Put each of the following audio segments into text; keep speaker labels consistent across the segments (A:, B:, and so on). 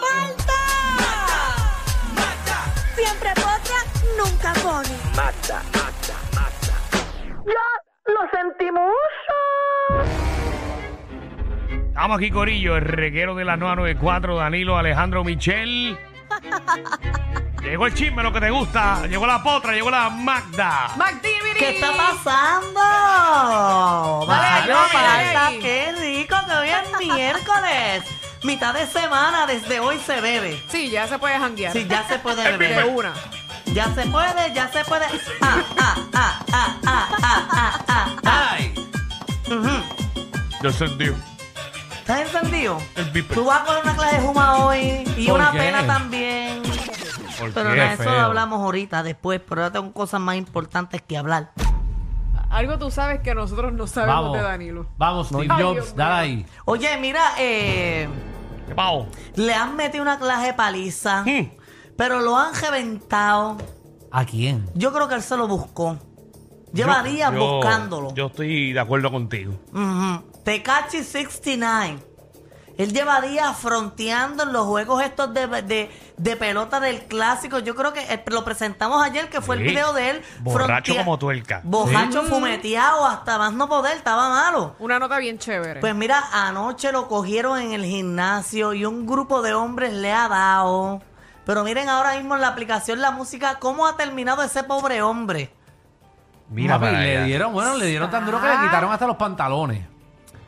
A: Malta! ¡Mata! ¡Mata! Siempre potra, nunca pone. ¡Mata, mata, mata! ¡Ya lo sentimos!
B: Estamos aquí, Corillo, el reguero de la 994, Danilo Alejandro Michel. Llegó el chisme, lo que te gusta. Llegó la potra, llegó la Magda.
C: ¡Magdiviri!
A: ¿Qué está pasando?
C: Dale,
A: ¡Majayo
C: dale, dale.
A: Malta! ¡Qué rico que hoy es miércoles! Mitad de semana, desde hoy se bebe.
C: Sí, ya se puede janguear.
A: Sí, ya se puede
C: De
A: beber.
C: una.
A: Ya se puede, ya se puede. Ah, ah, ah, ah, ah, ah, ah, ah, ah. Ujú.
B: Yo sentí
A: ¿Estás encendido?
B: el viper.
A: Tú vas a poner una clase de juma hoy y
B: ¿Por
A: una
B: qué?
A: pena también.
B: ¿Por
A: Pero
B: qué,
A: nada, eso
B: feo?
A: lo hablamos ahorita, después, pero ahora tengo cosas más importantes que hablar.
C: Algo tú sabes que nosotros no sabemos
D: Vamos.
C: de Danilo.
D: Vamos, Steve
C: Ay, Dios
D: Jobs, dale ahí.
A: Oye, mira, eh,
B: ¿Qué pavo?
A: le han metido una clase de paliza,
B: Hmm.
A: pero lo han reventado.
D: ¿A quién?
A: Yo creo que él se lo buscó. Lleva días
B: Yo-
A: buscándolo.
B: Yo estoy de acuerdo contigo.
A: Ujú. Tecachi 69. Él lleva días fronteando en los juegos estos de, de- de pelota del clásico. Yo creo que eh, lo presentamos ayer, que fue el
B: Sí.
A: video de él.
B: Borracho
A: frontea-
B: como tuerca.
A: Borracho fumeteado hasta más no poder, estaba malo.
C: Una nota bien chévere.
A: Pues mira, anoche lo cogieron en el gimnasio y un grupo de hombres le ha dado. Pero miren ahora mismo en la aplicación La Música cómo ha terminado ese pobre hombre.
B: Mira
D: Papi,
B: para
D: le
B: allá.
D: dieron, bueno, le dieron tan duro que le quitaron hasta los pantalones.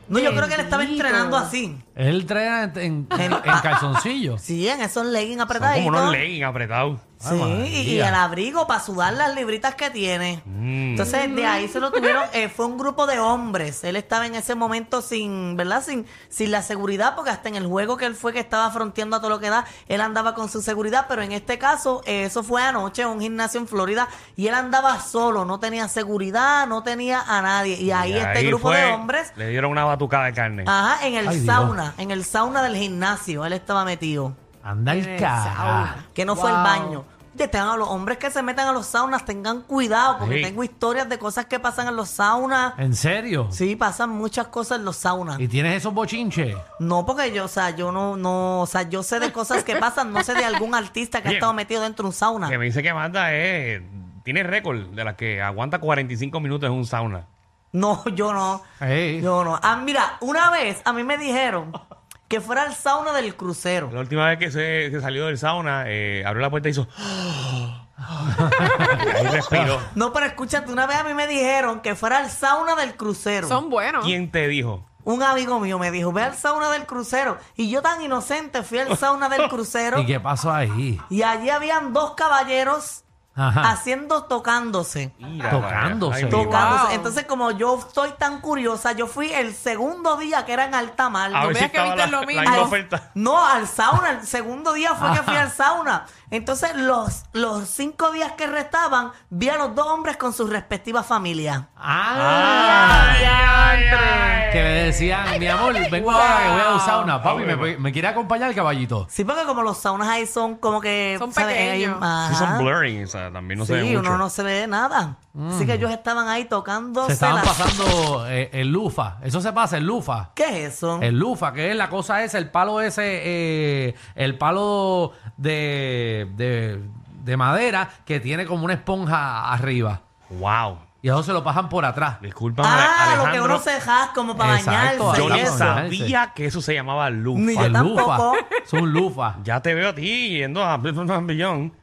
A: No, yo creo que él estaba
C: Bendito.
A: entrenando así.
D: Él trae en, en, en calzoncillos.
A: Sí, en esos leggings
B: Son
A: apretaditos.
B: como unos leggings apretados.
A: Sí,
D: Ay,
A: y- y
D: María.
A: el abrigo para sudar las libritas que tiene.
B: Mm.
A: Entonces, de ahí se lo tuvieron. eh, fue un grupo de hombres. Él estaba en ese momento sin, ¿verdad? Sin, sin la seguridad, porque hasta en el juego que él fue, que estaba fronteando a todo lo que da, él andaba con su seguridad. Pero en este caso, eh, eso fue anoche en un gimnasio en Florida y él andaba solo. No tenía seguridad, no tenía a nadie. Y ahí
B: Y
A: este grupo
B: fue,
A: de hombres, Ah.
B: Le dieron una batucada de carne.
A: ajá, en el
D: Ay, Dios.
A: sauna, en el sauna del gimnasio, él estaba metido
D: Anda el
C: Tiene
D: cara.
C: sauna.
A: que no fue el
C: Wow.
A: baño. Oye, tengan a los hombres que se metan a los saunas, tengan cuidado, porque
B: Sí.
A: tengo historias de cosas que pasan en los saunas.
D: ¿En serio?
A: Sí, pasan muchas cosas en los saunas.
D: ¿Y tienes esos bochinches?
A: No, porque yo, o sea, yo no, no, o sea, yo sé de cosas que pasan, no sé de algún artista que ha
B: Bien.
A: estado metido dentro de un sauna.
B: Que me dice que Magda es, tiene récord de las que aguanta 45 minutos en un sauna.
A: No, yo no.
D: Ey.
A: Yo no. Ah, mira, una vez a mí me dijeron que fuera al sauna del crucero.
B: La última vez que se, se salió del sauna, eh, abrió la puerta y hizo. ¡Ah! y ahí respiró.
A: No, pero escúchate, una vez a mí me dijeron que fuera al sauna del crucero.
C: Son buenos.
B: ¿Quién te dijo?
A: Un amigo mío me dijo, ve al sauna del crucero. Y yo tan inocente fui al sauna del crucero.
D: ¿Y qué pasó ahí?
A: Y allí habían dos caballeros
D: Ajá.
A: haciendo, tocándose.
B: Mira,
D: Tocándose.
B: ay, mi madre.
D: Tocándose.
A: Tocándose.
C: Wow.
A: Entonces, como yo estoy tan curiosa, yo fui el segundo día que era en alta mar.
B: A
A: No,
B: ver
C: veas
B: si
C: que
B: estaba
C: viste
B: la,
C: lo
B: la
C: mismo.
B: misma
A: al-
B: oferta.
A: no, al sauna. El segundo día fue que fui al sauna. Entonces, los, los cinco días que restaban, vi a los dos hombres con sus respectivas familias.
D: Ah,
B: ay, ay.
D: Que le decían, mi amor, vengo ahora que voy a usar una. Papi, ¿me, me quiere acompañar el caballito?
A: Sí, porque como los saunas ahí son como que...
C: Son
A: ¿sabes? Ahí-
C: pequeños.
B: Sí, son
A: Ajá.
B: blurring, o sea, también no se ve
A: sí,
B: mucho.
A: uno no se ve nada. Así que ellos estaban ahí tocándose
D: Se estaban
A: las-
D: pasando eh, el lufa. Eso se pasa, el lufa.
A: ¿Qué es eso?
D: El lufa, que es la cosa esa, el palo ese, eh, el palo de, de, de madera que tiene como una esponja arriba.
B: Wow.
D: Y eso se lo pasan por atrás.
B: Disculpa,
A: Ah,
B: Alejandro.
A: lo que uno se jaz como para
D: Exacto,
A: bañarse.
B: Yo
A: y
B: no
D: ahí
A: eso.
D: está.
B: sabía que eso se llamaba luz.
A: Ni yo
D: Pues El
A: tampoco.
D: lufa. Es un lufa.
B: Ya te veo a ti yendo a un millón.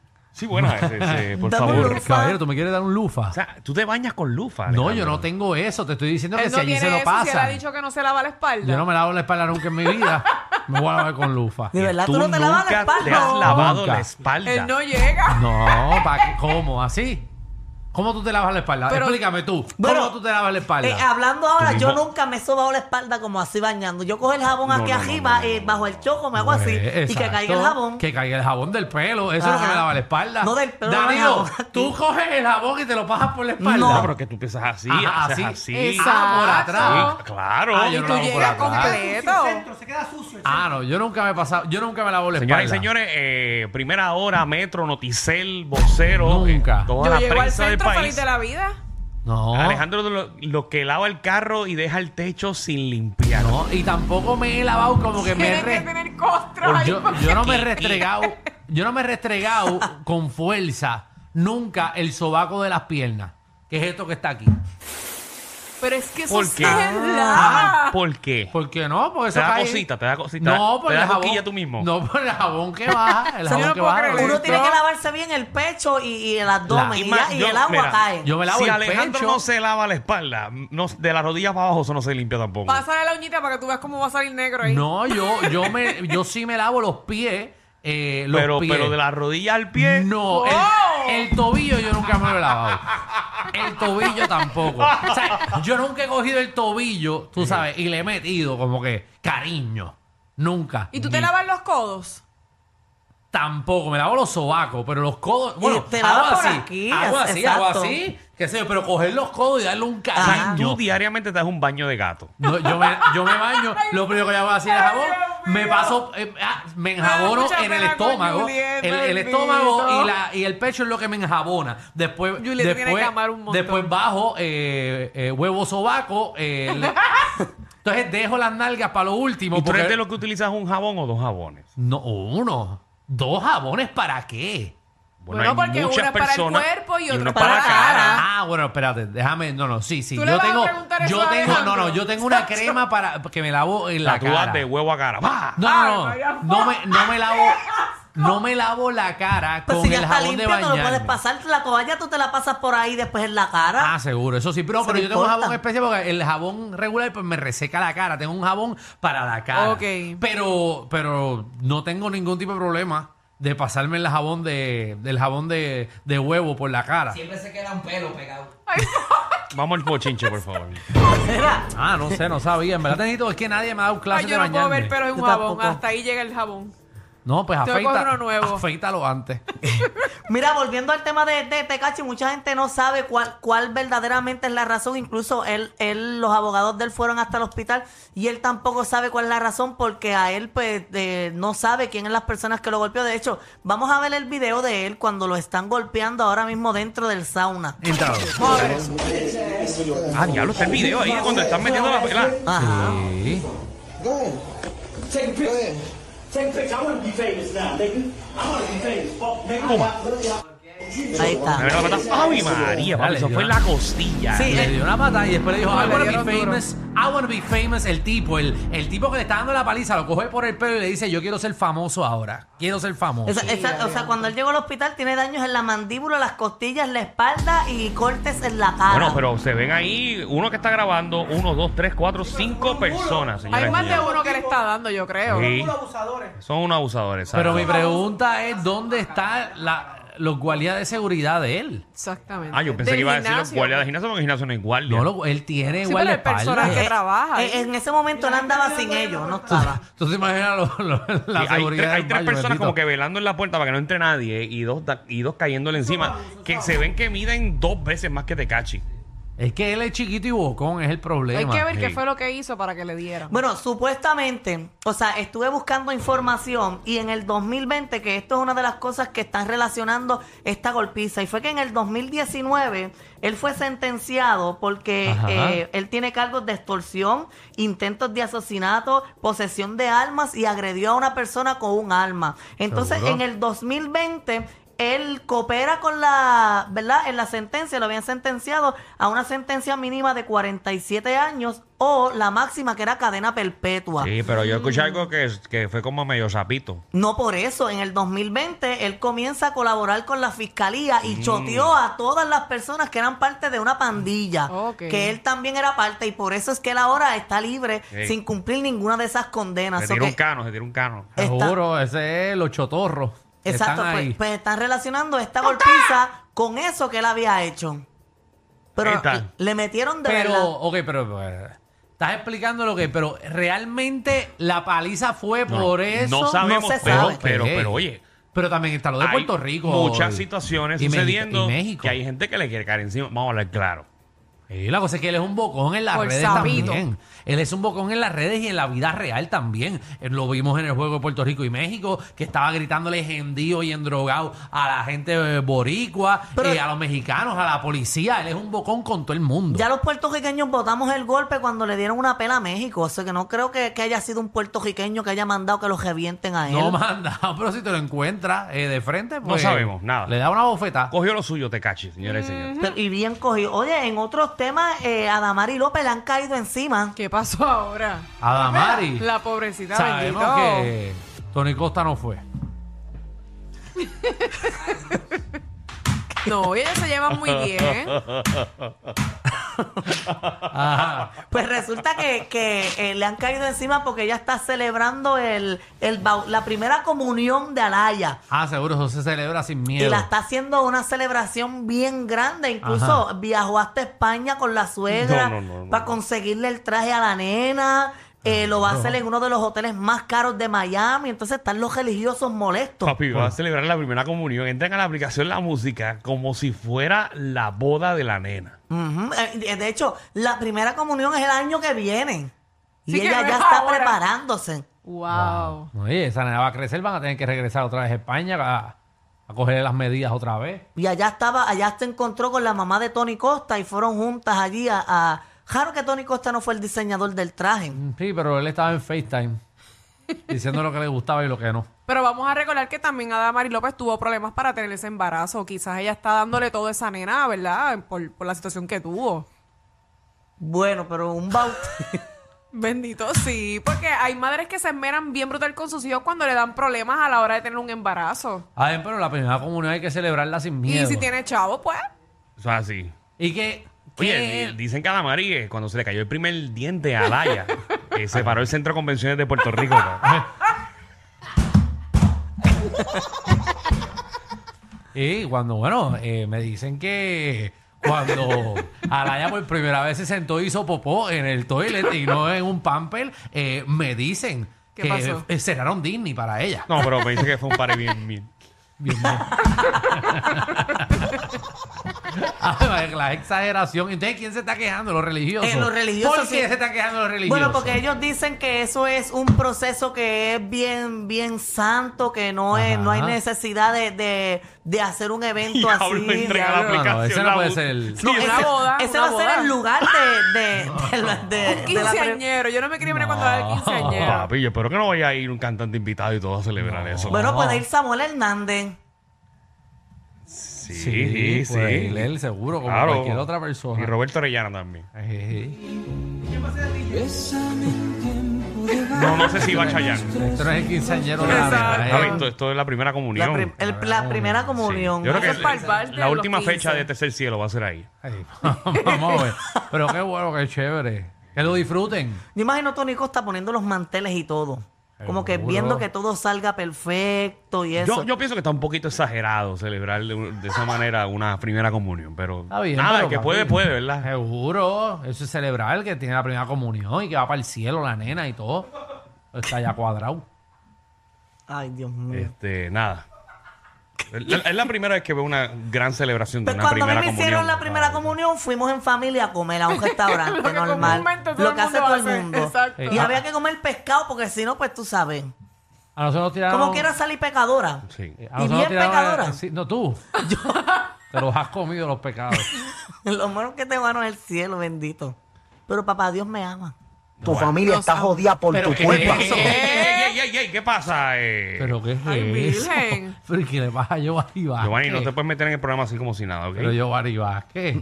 E: Sí, buena, ese, ese, por
A: Dame
E: favor.
A: luz.
D: Caballero, ¿tú me quieres dar un lufa?
E: O sea, tú te bañas con lufa.
D: no,
E: Alejandro?
D: yo no tengo eso. Te estoy diciendo que
C: Él
D: si
C: no
D: allí
C: tiene
D: se lo
C: eso, si él ha
D: pasa.
C: dicho que no se lava la espalda.
D: Yo no me lavo la espalda nunca en mi vida. Me voy a lavar con lufa.
A: De verdad, tú,
E: Tú
A: no te lavas la
E: nunca
A: espalda. Eh,
E: te has lavado
D: Nunca.
E: la espalda.
C: Él no llega.
D: No, ¿pa qué? ¿cómo? ¿Así? ¿Cómo tú te lavas la espalda?
C: Pero-
D: Explícame tú. ¿Cómo
A: Bueno,
D: tú te lavas la espalda?
A: Eh, hablando ahora,
E: Tú
A: yo
E: mismo.
A: nunca me he sobado la espalda como así bañando. Yo cojo el jabón
E: No,
A: aquí
E: no, no,
A: arriba,
E: no, no,
A: eh,
E: no.
A: bajo el choco, me hago
D: Pues,
A: así y que
D: exacto.
A: caiga el jabón.
D: Que caiga el jabón del pelo. Eso es lo
A: Ajá.
D: que me lava la espalda.
A: No del pelo, no
D: Danilo,
A: del jabón.
D: tú coges el jabón y te lo pasas por la espalda.
E: No,
A: No.
E: pero que tú empiezas así,
D: Ajá,
E: haces
D: así.
E: así.
D: Ah, por atrás.
E: Sí, claro.
D: Ah,
C: Y
D: yo no
C: tú
D: lo hago por
C: llegas
D: atrás.
C: completo.
D: Ah, no, yo nunca me he pasado, yo nunca me lavo la
E: Señoras y
D: espalda.
E: pues, señores, eh, primera hora, Metro, Noticel, Vocero, eh,
D: Nunca.
E: toda
C: Yo
E: la
C: llego al
E: prensa del
C: centro feliz
E: país.
C: de la vida.
D: No.
E: Alejandro, de lo, lo que lava el carro y deja el techo sin limpiar.
D: No, y tampoco me he lavado como que me
C: Tienes
D: he
C: que
D: re- Pues
C: tener costras ahí.
D: yo, yo no me he restregado, yo no me he restregado con fuerza nunca el sobaco de las piernas, que es esto que está aquí.
C: Pero es que eso
E: ¿Por
C: es
E: qué?
D: Ah.
C: la-
E: ¿Por qué?
D: ¿Por qué no? Porque eso
E: Te da
D: cae-
E: cosita, te da cosita.
D: No,
E: te
D: por
E: da
D: el jabón.
E: cosquilla tú mismo.
D: No, por el jabón que baja,
C: Señor,
D: el jabón
C: no
D: que
C: puedo
D: baja.
C: creer
A: Uno
C: esto.
A: tiene que lavarse bien el pecho y, y el abdomen y,
E: más,
A: ya- y
E: yo-
A: el agua
E: mira,
A: cae.
D: Yo me lavo
E: si
D: el
E: Alejandro
D: pecho.
E: no se lava la espalda, no- de las rodillas para abajo eso no se limpia tampoco.
C: Pásale la uñita para que tú veas cómo va a salir negro ahí.
D: No, yo, yo me, yo sí me lavo los pies, eh, los
E: pero,
D: pies.
E: pero de la rodilla al pie.
C: Oh.
D: No,
C: ¡Wow!
D: el, el tobillo yo nunca me lo he lavado. El tobillo tampoco. O sea, yo nunca he cogido el tobillo, tú sabes, y le he metido como que cariño. Nunca.
C: ¿Y tú te
D: Ni-
C: lavas los codos?
D: Tampoco, me lavo los sobacos, pero los codos.
A: Y
D: Bueno,
A: te
D: hago
A: lavas por
D: así.
A: aquí,
D: hago así, hago
A: exacto.
D: así. Qué sé yo, pero coger los codos y darle un
E: O
C: Ah,
E: sea,
D: cariño.
E: tú diariamente te das un baño de gato.
D: No, yo, me, yo me baño, lo primero que hago es hacer el jabón,
C: Dios mío.
D: me paso, eh, ah, me enjabono
C: Mucha
D: en el
C: pena con
D: estómago,
C: Juliet,
D: el, el
C: bendito.
D: estómago y, la, y el pecho es lo que me enjabona. Después,
C: Juliet tiene
D: después,
C: que amar un montón.
D: después bajo eh, eh, huevo sobaco, eh, le- entonces dejo las nalgas para lo último.
E: ¿Y tú eres
D: porque-
E: de los que utilizas un jabón o dos jabones?
D: No, uno, dos jabones para qué?
C: Bueno, porque uno es para el cuerpo y otro
E: uno es
C: para la cara.
D: Ah, bueno, espérate, déjame, no, no, sí, sí.
C: Tú
D: Yo
C: le vas a
D: tengo,
C: preguntar eso
D: yo
C: a
D: tengo, no, no,
C: Alejandro.
D: yo tengo una crema para que me lavo en la
E: La
D: cara.
E: de huevo a cara. ¡Bah!
D: No,
C: Ay,
D: no,
C: María,
D: no. No me, no me lavo. No me lavo la cara
A: Pues
D: con
A: si ya
D: el
A: está
D: jabón de
A: limpio,
D: bañar.
A: no lo puedes pasar. La toalla tú te la pasas por ahí después en la cara.
D: Ah, seguro, eso sí, pero,
A: Eso
D: pero
A: no
D: yo tengo un
A: importa.
D: jabón especial porque el jabón regular pues me reseca la cara. Tengo un jabón para la cara.
C: Ok.
D: Pero, pero no tengo ningún tipo de problema de pasarme el jabón de, del jabón de, de huevo por la cara.
F: Siempre se queda un pelo pegado.
E: Vamos al bochinche, por favor.
A: Mira,
D: Ah, no sé, no sabía. En verdad, Tenito, es que nadie me ha dado clase
C: Ay,
D: de
C: yo no
D: bañarme.
C: puedo ver pelos en un
A: Yo
C: jabón.
A: tampoco.
C: Hasta ahí llega el jabón.
D: No, pues
C: Te voy a coger
D: afeita,
C: uno nuevo.
D: afeítalo antes.
A: mira, volviendo al tema de, de Tecachi, mucha gente no sabe cuál, cuál verdaderamente es la razón. Incluso él, él, los abogados de él fueron hasta el hospital y él tampoco sabe cuál es la razón porque a él pues eh, no sabe quién es las personas que lo golpeó. De hecho, vamos a ver el video de él cuando lo están golpeando ahora mismo dentro del sauna.
D: Entrado.
E: Ah, diablo, está el video ahí de cuando están metiendo la pela.
A: Ajá.
D: Sí.
G: Go ahead.
F: Take a
G: Go
F: picture.
G: ahead.
F: Take a picture. I want to be famous now, nigga. I want to be famous. Fuck, nigga.
A: Ahí está.
E: Me la pata. ¡Ay, María! papi,
D: Dale,
E: eso
D: yo-
E: fue en la costilla.
A: Sí,
D: Le
A: él-
D: dio una patada y después le dijo, I
C: Le
D: wanna be
C: dieron duro.
D: famous, I wanna be famous, el tipo, el, el tipo que le está dando la paliza, lo coge por el pelo y le dice, yo quiero ser famoso ahora, quiero ser famoso.
A: Esa- esa- o sea, cuando él llegó al hospital tiene daños en la mandíbula, las costillas, la espalda y cortes en la cara.
E: Bueno, pero se ven ahí uno que está grabando, uno, dos, tres, cuatro, cinco personas, señoras
C: Hay
E: y
C: más de
E: señores.
C: uno que le está dando, yo creo.
E: Sí. Son unos abusadores. ¿sabes?
D: Pero mi pregunta es, ¿dónde está la, los guardias de seguridad de él?
C: Exactamente.
E: Ah, yo pensé
C: Del
E: que iba a decir los
C: gimnasio.
E: guardias de gimnasio porque el gimnasio no es guardia.
D: No, lo- él tiene
C: Sí,
D: igual
C: pero
D: de
C: el personaje que
D: espalda.
C: trabaja.
A: Eh, en ese momento él andaba sin ellos, no estaba.
D: ¿Tú te imaginas lo- lo- la
E: Sí, hay, tres,
D: seguridad
E: hay
D: del
E: tres
D: baño,
E: personas
D: bendito?
E: como que velando en la puerta para que no entre nadie eh, y dos, da- y dos cayéndole encima. Que se ven que miden dos veces más que Tecachi.
D: Es que él es chiquito y bocón, es el
C: Hay
D: problema.
C: que ver qué
E: Sí.
C: fue lo que hizo para que le dieran.
A: Bueno, supuestamente, o sea, estuve buscando información y en el 2020, que esto es una de las cosas que están relacionando esta golpiza, y fue que en el 2019 él fue sentenciado porque
D: Ajá.
A: eh, él tiene cargos de extorsión, intentos de asesinato, posesión de armas y agredió a una persona con un arma. Entonces,
D: Seguro.
A: en el 2020... él coopera con la, ¿verdad? En la sentencia, lo habían sentenciado a una sentencia mínima de 47 años o la máxima que era cadena perpetua.
E: Sí, pero yo escuché algo que, que fue como medio sapito.
A: No por eso, en el 2020 él comienza a colaborar con la fiscalía y choteó a todas las personas que eran parte de una pandilla,
C: Ok.
A: que él también era parte y por eso es que él ahora está libre
E: Sí.
A: sin cumplir ninguna de esas condenas.
E: Se
A: So
E: tiró un
A: que-
E: cano, se tiró un cano.
D: Te
A: Está-
D: juro, ese es los chotorros. que
A: Exacto,
D: están ahí.
A: pues, pues están relacionando esta golpiza con eso que él había hecho. Pero
B: Está.
A: le metieron de
D: Pero,
A: verdad.
D: ok, pero pues, estás explicando lo que, pero realmente la paliza fue
E: No,
D: por
E: no
D: eso.
E: sabemos,
A: no se
E: pero,
A: sabe.
E: pero,
D: Ok.
E: pero, oye.
D: Pero también está lo de
E: hay
D: Puerto Rico.
E: Muchas situaciones
D: y Mex-
E: sucediendo
D: y México.
E: que hay gente que le quiere caer encima. Vamos a hablar claro.
D: Sí, la cosa es que él es un bocón en las
C: Por
D: redes
C: sapito.
D: también. Él es un bocón en las redes y en la vida real también. Eh, Lo vimos en el juego de Puerto Rico y México, que estaba gritándole gendío y endrogado a la gente eh, boricua,
A: Pero-
D: eh, a los mexicanos, a la policía. Él es un bocón con todo el mundo.
A: Ya los puertorriqueños votamos el golpe cuando le dieron una pela a México. O sea que no creo que, que haya sido un puertorriqueño que haya mandado que los revienten a él.
D: no manda, pero si te lo encuentras eh, de frente, pues,
E: sabemos nada.
D: Le da una bofeta.
E: Cogió lo suyo, te caches, señores y señores.
A: Pero- y bien cogido. Oye, en otros temas, eh, a Damari López le han caído encima.
C: ¿Qué pasó ahora?
D: Adamari.
C: La pobrecita
D: Sabemos
C: bendito.
D: que Tony Costa no fue.
C: No, ellos se llevan muy bien.
D: Ajá.
A: Pues resulta que, que, eh, le han caído encima porque ella está celebrando el, el bau- la primera comunión de Alaya.
D: Ah, seguro, eso se celebra sin miedo.
A: Y la está haciendo una celebración bien grande. Incluso viajó hasta España con la suegra
E: No, no, no, no,
A: para
E: no. Ah,
A: conseguirle el traje a la nena. Eh, lo va a hacer en uno de los hoteles más caros de Miami. Entonces están los religiosos molestos.
E: Papi, va a celebrar la primera comunión. Entran a la aplicación La Música como si fuera la boda de la nena.
A: Ujú. Eh, De hecho, la primera comunión es el año que viene.
C: Sí
A: Y
C: que
A: ella
C: no
A: ya
C: es
A: está
C: ahora.
A: preparándose.
C: Wow.
D: Oye, esa nena va a crecer, van a tener que regresar otra vez a España a, a coger las medidas otra vez.
A: Y allá estaba, allá se encontró con la mamá de Tony Costa y fueron juntas allí a. a- Claro que Tony Costa no fue el diseñador del traje.
D: Mm, Sí, pero él estaba en FaceTime diciendo lo que le gustaba y lo que no.
C: Pero vamos a recordar que también Adamari López tuvo problemas para tener ese embarazo. Quizás ella está dándole todo a esa nena, ¿verdad? Por, por la situación que tuvo.
A: Bueno, pero un bautizo.
C: Bendito sí, porque hay madres que se esmeran bien brutal con sus hijos cuando le dan problemas a la hora de tener un embarazo.
D: Ay, Ah, pero la primera comunión hay que celebrarla sin miedo.
C: Y si tiene chavo, pues.
E: Eso es así.
D: Y que...
E: Oye, di-
D: que-
E: dicen que a la María, cuando se le cayó el primer diente a Alaya, que se paró el Centro de Convenciones de Puerto Rico. cabrón.
D: Y cuando, bueno, eh, me dicen que cuando Alaya por primera vez se sentó y hizo popó en el toilet y no en un pamper, eh, me dicen
C: ¿Qué
D: que
C: pasó?
D: eh, cerraron Disney para ella.
E: No, pero me dice que fue un par bien, bien.
D: Dios mío. Ah, la exageración. Entonces, ¿quién se está quejando? Los religiosos.
A: Eh, los religiosos,
D: ¿Por qué
A: sí.
D: se está quejando los religiosos?
A: Bueno, porque ellos dicen que eso es un proceso que es bien, bien santo, que no es,
D: Ajá.
A: no hay necesidad de, de, de hacer un evento
E: Diablo,
A: así.
E: entrega la
D: No, no,
E: aplicación.
D: ese no
E: la
D: puede
E: bu-
D: ser el-
E: Sí,
A: No,
E: ese-
A: ese,
C: una boda,
A: ese
C: una
A: va a
C: boda.
A: ser el lugar de, de, de la- de- de la pre-
C: Quinceañero. Yo no me quería ver cuando era el quinceañero.
E: Papi, yo espero que no vaya a ir un cantante invitado y todo a celebrar eso.
A: Bueno, puede ir Samuel Hernández.
E: sí,
D: Sí, sí. él seguro, como
E: Claro.
D: cualquier otra
E: Y
D: persona.
E: Roberto Orellana también.
D: Ejé.
E: No, no sé si va a chayar.
D: Esto no es el quinceañero de
C: Exacto.
D: la nena, ¿eh?
E: esto, esto es la primera comunión.
A: La, prim- el- la primera comunión.
E: Sí. Yo creo que
C: Eso es para el bar de
E: la
C: los
E: última
C: 15.
E: fecha de Tercer Cielo va a ser ahí.
D: Ay, Vamos a ver. Pero qué bueno, qué chévere. Que lo disfruten.
A: Yo imagino a Tony Costa poniendo los manteles y todo. Como que
D: Seguro.
A: viendo que todo salga perfecto y eso.
E: Yo, yo pienso que está un poquito exagerado celebrar de, de esa manera una primera comunión, pero
D: Está bien.
E: nada,
D: pero
E: el que
D: papi,
E: puede, puede, ¿verdad?
D: Seguro. Eso es celebrar que tiene la primera comunión y que va para el cielo la nena y todo. Está ya cuadrado.
A: Ay, Dios mío.
E: Este, nada. Es la- es la primera vez que veo una gran celebración de
A: Pues
E: una
A: cuando a mí
E: primera
A: me hicieron
E: comunión. Ah,
A: la primera comunión, fuimos en familia a comer a un restaurante
C: Lo que
A: normal.
C: comúnmente todo
A: Lo
C: el
A: que hace
C: mundo
A: todo el
C: hace,
A: mundo.
C: exacto.
A: Y había que comer pescado porque si no, pues tú sabes.
D: A nosotros nos tiraron.
A: Como quiera salir pecadora.
E: Sí.
D: A
A: Y
D: nosotros
A: bien
D: tiraron- eh,
A: pecadora.
D: sí, no, tú. Te los has comido los pecados.
A: Lo malo que te van al cielo, bendito. Pero papá Dios me ama.
H: Tu familia está jodida por tu culpa.
D: Eh, eh, eh,
E: ey, ey, ey! ¿Qué pasa? eh?
D: ¿Pero qué es
C: Ay,
D: eso?
C: virgen.
D: ¿Pero qué le pasa a Giovanni Vázquez?
E: Giovanni, no te puedes meter en el programa así como si nada, ¿ok?
D: Pero Giovanni Vázquez.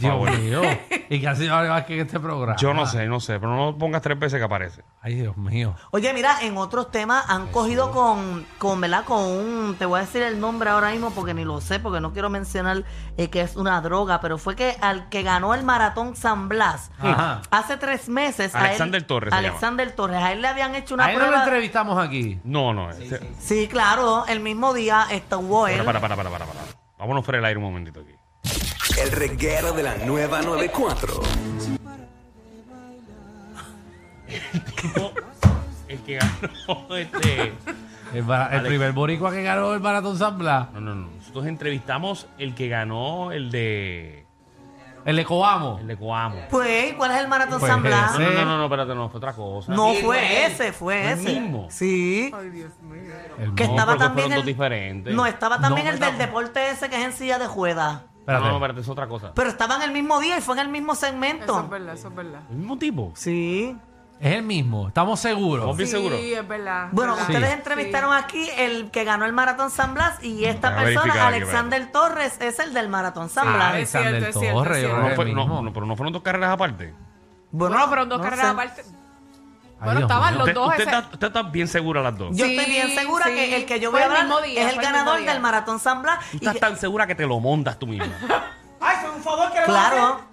E: favor.
D: Dios mío. ¿Y qué hace Giovanni Vázquez en este programa?
E: Yo no sé, no sé, pero no pongas tres veces que aparece.
D: Ay, Dios mío.
A: Oye, mira, en otros temas han cogido con, con, ¿verdad? Con un, te voy a decir el nombre ahora mismo porque ni lo sé, porque no quiero mencionar eh, que es una droga, pero fue que al que ganó el maratón San Blas
D: Ajá.
A: hace tres meses. a él-
E: Alexander Torres se llama.
A: Alexander Torres, a él le habían hecho una
D: Ahí no lo
A: prueba.
D: entrevistamos aquí.
E: No, no. este-
A: sí, claro, el mismo día estuvo él.
E: Para, para, para, para, para, para. Vámonos fuera del aire un momentito aquí.
H: El reguero de la nueva 94.
E: El que ganó este.
D: El, bara- el primer boricua que ganó el maratón San Blas.
E: No, no, no. Nosotros entrevistamos el que ganó el de.
D: El Ecoamo.
E: El de Coamo.
A: Pues, ¿cuál es el maratón
D: Pues
A: San
E: No,
A: Blas?
E: no, no, no, no, espérate, no, fue otra cosa.
A: Ah. No fue ese, fue
E: ¿El
A: ese.
E: mismo?
A: Sí.
C: Ay, Dios mío.
D: El
A: Que
D: mo-
A: estaba
E: porque
A: también
E: fueron dos
A: el-
E: diferentes.
A: No, estaba también
D: No,
A: el del deporte ese que es en silla de juega.
E: No,
D: Espérate.
E: no, espérate, es otra cosa.
A: Pero estaban el mismo día y fue en el mismo
C: Eso es
A: segmento.
C: verdad, eso es verdad.
E: ¿El mismo tipo?
A: Sí.
D: Es el mismo. Estamos seguros.
E: Estamos bien seguros.
C: Sí, es verdad.
A: Bueno,
C: verdad.
A: ustedes
D: Sí.
A: entrevistaron aquí el que ganó el Maratón San Blas
D: Mm,
A: y esta
E: Déjame
A: persona,
E: verificar aquí,
A: Alexander Torres, es el del Maratón San
D: Ah,
A: Blas.
C: es cierto,
D: Alexander
C: es cierto,
D: Torres,
C: es
D: yo
E: Pero
C: cierto.
E: no,
D: creo que
E: fue-
D: es el
E: no,
D: mismo.
E: no, pero no fueron dos carreras aparte.
C: Bueno, fueron dos
A: no
C: carreras
A: sé.
C: aparte.
D: Ay,
C: Bueno,
D: Dios
C: estaban
D: mío.
C: los
E: Usted,
C: dos.
E: usted
C: ese-
E: está, usted está bien segura las dos.
A: Yo
C: Sí,
A: estoy bien segura
C: sí.
A: que el que yo
C: Fue
A: voy a
C: el
A: hablar
C: mismo día,
A: es el
C: fue el mismo
A: ganador
C: día.
A: del Maratón San Blas.
E: Tú
A: Y
E: estás
A: que-
E: tan segura que te lo montas tú misma.
A: claro.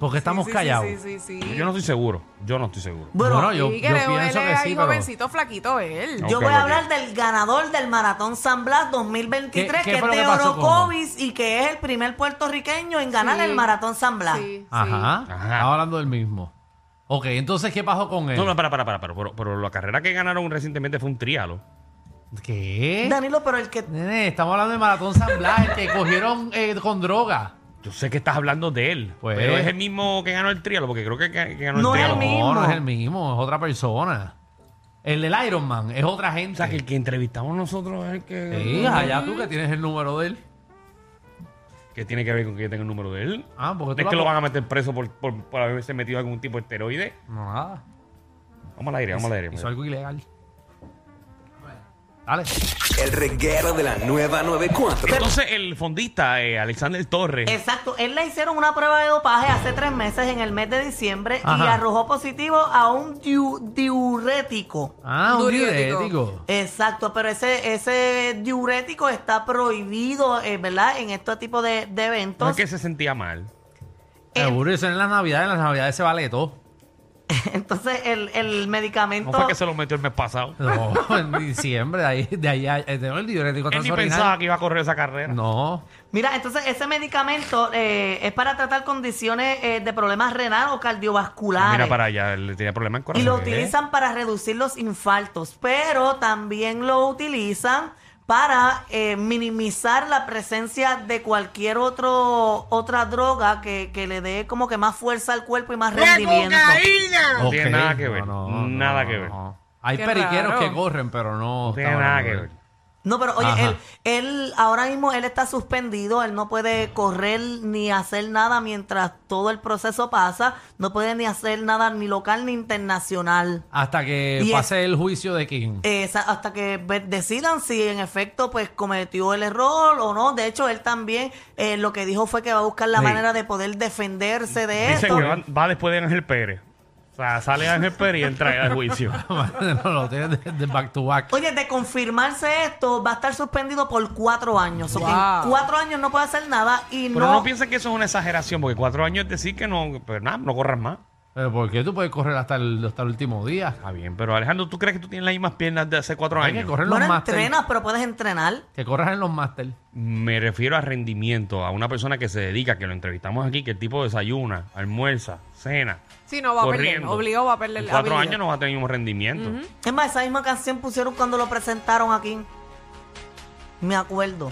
D: Porque estamos
C: Sí, sí,
D: callados.
C: Sí, sí, sí.
E: Yo no estoy seguro. Yo no estoy seguro.
A: Bueno,
D: Bueno, yo,
C: yo,
D: yo pienso que sí, pero...
C: jovencito, flaquito él.
A: yo
E: Ok,
A: voy a
E: ok.
A: hablar del ganador del Maratón San Blas 2023,
D: ¿Qué- qué
A: que
D: fue
A: es
D: lo que pasó
A: Teodoro
D: con
A: Covis y que es el primer puertorriqueño en ganar
C: Sí.
A: el Maratón San Blas.
C: Sí,
D: Ajá.
E: Sí.
D: Ajá. Estaba hablando del mismo. Ok, entonces, ¿qué pasó con él?
E: No, no, para, para, para, para, pero, pero la carrera que ganaron recientemente fue un trialo.
D: ¿Qué?
A: Danilo, pero el que
D: Nene, estamos hablando de Maratón San Blas, el que cogieron eh, con droga.
E: Yo sé que estás hablando de él,
D: Pues.
E: pero es el mismo que ganó el trialo, porque creo que, que ganó
A: No
E: el
A: es el
E: trialo.
A: mismo.
D: No, no es el mismo, es otra persona. El del Iron Man es otra gente.
E: O sea, que el que entrevistamos nosotros es el que...
D: Sí, allá tú que tienes el número de él.
E: ¿Qué tiene que ver con que yo tenga el número de él?
D: Ah, porque tú
E: ¿Es
D: la
E: que lo
D: po-
E: van a meter preso por, por, por haberse metido algún tipo de esteroide?
D: No, nada.
E: Vamos al aire, vamos al aire.
D: Hizo algo ilegal. Dale.
H: El reguero de la nueva 94.
E: Entonces, el fondista, eh, Alexander Torres,
A: Exacto, él le hicieron una prueba de dopaje hace tres meses en el mes de diciembre y
D: Ajá.
A: arrojó positivo a un diu- diurético.
D: Ah, un
C: Diurético.
D: diurético.
A: Exacto, pero ese ese diurético está prohibido, eh, ¿verdad? En este tipo de, de
E: no es
A: eventos.
E: que se sentía mal.
A: Eh,
D: Seguro, eso en las navidades, en las navidades se vale todo.
A: Entonces el, el medicamento...
E: No fue que se lo metió el mes pasado.
D: No, en diciembre, de ahí, de ahí, a- eh, tengo el diurético
E: Él ni
D: transordinario.
E: pensaba que iba a correr esa carrera.
D: No.
A: Mira, entonces ese medicamento eh, es para tratar condiciones eh, de problemas renal o cardiovasculares.
E: Pues Ah, Mira para allá, él tenía problemas en corazón.
A: Y lo
E: ¿eh?
A: utilizan para reducir los infartos, pero también lo utilizan para eh, minimizar la presencia de cualquier otro otra droga que, que le dé como que más fuerza al cuerpo y más rendimiento.
E: No tiene
D: Ok.
E: nada que ver, nada que ver.
D: Hay
C: Qué
D: periqueros
C: raro.
D: que corren, pero no.
E: No tiene
D: estamos
E: nada que
D: hablando de
E: ver.
D: él.
A: No, pero oye,
D: Ajá.
A: él, él ahora mismo él está suspendido, él no puede correr ni hacer nada mientras todo el proceso pasa, no puede ni hacer nada ni local ni internacional.
D: Hasta que
A: Y es- Eh,
D: pase el juicio de quién.
A: Esa- hasta que ve- decidan si en efecto pues cometió el error o no. De hecho, él también eh, lo que dijo fue que va a buscar la
E: Sí.
A: manera de poder defenderse de
E: Eh, Dice
A: esto.
E: que va, va después de Ángel Pérez. O sea, sale Ángel Pérez y entra al juicio.
D: no lo tienes de, de back to back.
A: Oye, de confirmarse esto, va a estar suspendido por cuatro años. O sea, que
C: Wow.
A: en cuatro años no puede hacer nada y
E: Pero no, piensen que eso es una exageración, porque cuatro años es decir que no, pues nada, no corras más.
D: Pero ¿por qué tú puedes correr hasta el, hasta el último día?
E: Está bien, pero Alejandro, ¿tú crees que tú tienes las mismas piernas de hace cuatro
D: Hay que
E: años?
D: correr los
A: Bueno,
D: máster.
A: entrenas, pero puedes entrenar.
D: Que corras en los máster.
E: Me refiero a rendimiento, a una persona que se dedica, que lo entrevistamos aquí, que el tipo desayuna, almuerza, cena.
C: Sí, no va a perder.
E: corriendo.
C: Obligado va a perder.
E: En cuatro
C: habilidad.
E: años no va a tener un rendimiento.
A: Es más, esa misma canción pusieron cuando lo presentaron aquí. Me acuerdo.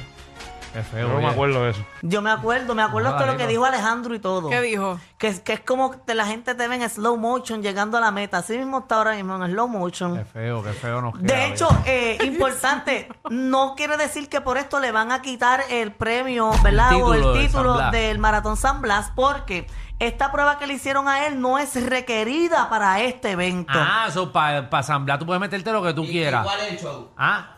D: Es feo.
E: Yo no me
D: oye.
E: acuerdo de eso.
A: Yo me acuerdo, me acuerdo
D: No,
A: hasta lo que
D: Danilo.
A: dijo Alejandro y todo.
C: ¿Qué dijo?
A: Que, que es como te- la gente te ve en slow motion llegando a la meta. Así mismo está ahora mismo en slow motion.
D: Qué feo, qué feo nos queda.
A: De hecho, eh, importante, no quiere decir que por esto le van a quitar el premio, ¿verdad? o
D: título
A: el
D: del
A: título
D: San Blas.
A: del Maratón San Blas, porque esta prueba que le hicieron a él no es requerida para este evento.
D: Ah, eso para pa San Blas tú puedes meterte lo que tú quieras.
I: ¿Cuál es el show?
D: Ah,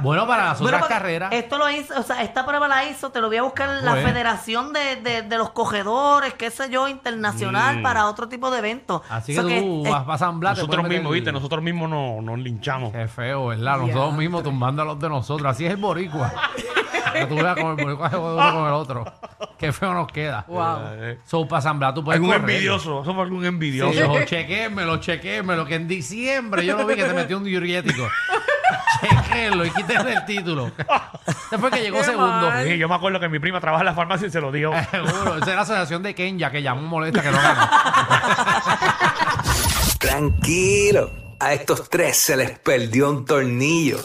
D: bueno, para las
A: Bueno,
D: otras
A: porque
D: carreras.
A: Esto lo hizo, o sea, esta prueba la hizo, te lo voy a buscar en la
D: Bueno.
A: Federación de, de- de los Cogedores, qué sé yo, internacional para otro tipo de eventos.
D: Mm. Así
A: O sea,
D: que tú
A: eh,
D: vas para San Blas. te
E: Nosotros
D: puedes meter-
E: mismos, viste, nosotros mismos nos, nos linchamos.
D: Qué feo, ¿verdad? Nosotros
C: Ya,
D: mismos tumbando a los de nosotros. Así es el boricua. que tú veas con el boricua se jode uno con el otro. Qué feo nos queda.
C: Wow.
D: So, para San Blas tú puedes
E: Eh, Algún
D: correr.
E: envidioso, eso fue algún
D: Yo
E: envidioso.
D: lo chequémelo, chequémelo, que en diciembre yo lo vi que te metió un diurético. chequélo y quítale el título. Después que llegó
C: Qué
D: segundo.
C: mal.
E: Sí, yo me acuerdo que mi prima trabaja en la farmacia y se lo dio.
D: Seguro, esa es la asociación de Kenya que llamó molesta que no ganó.
H: Tranquilo, a estos tres se les perdió un tornillo.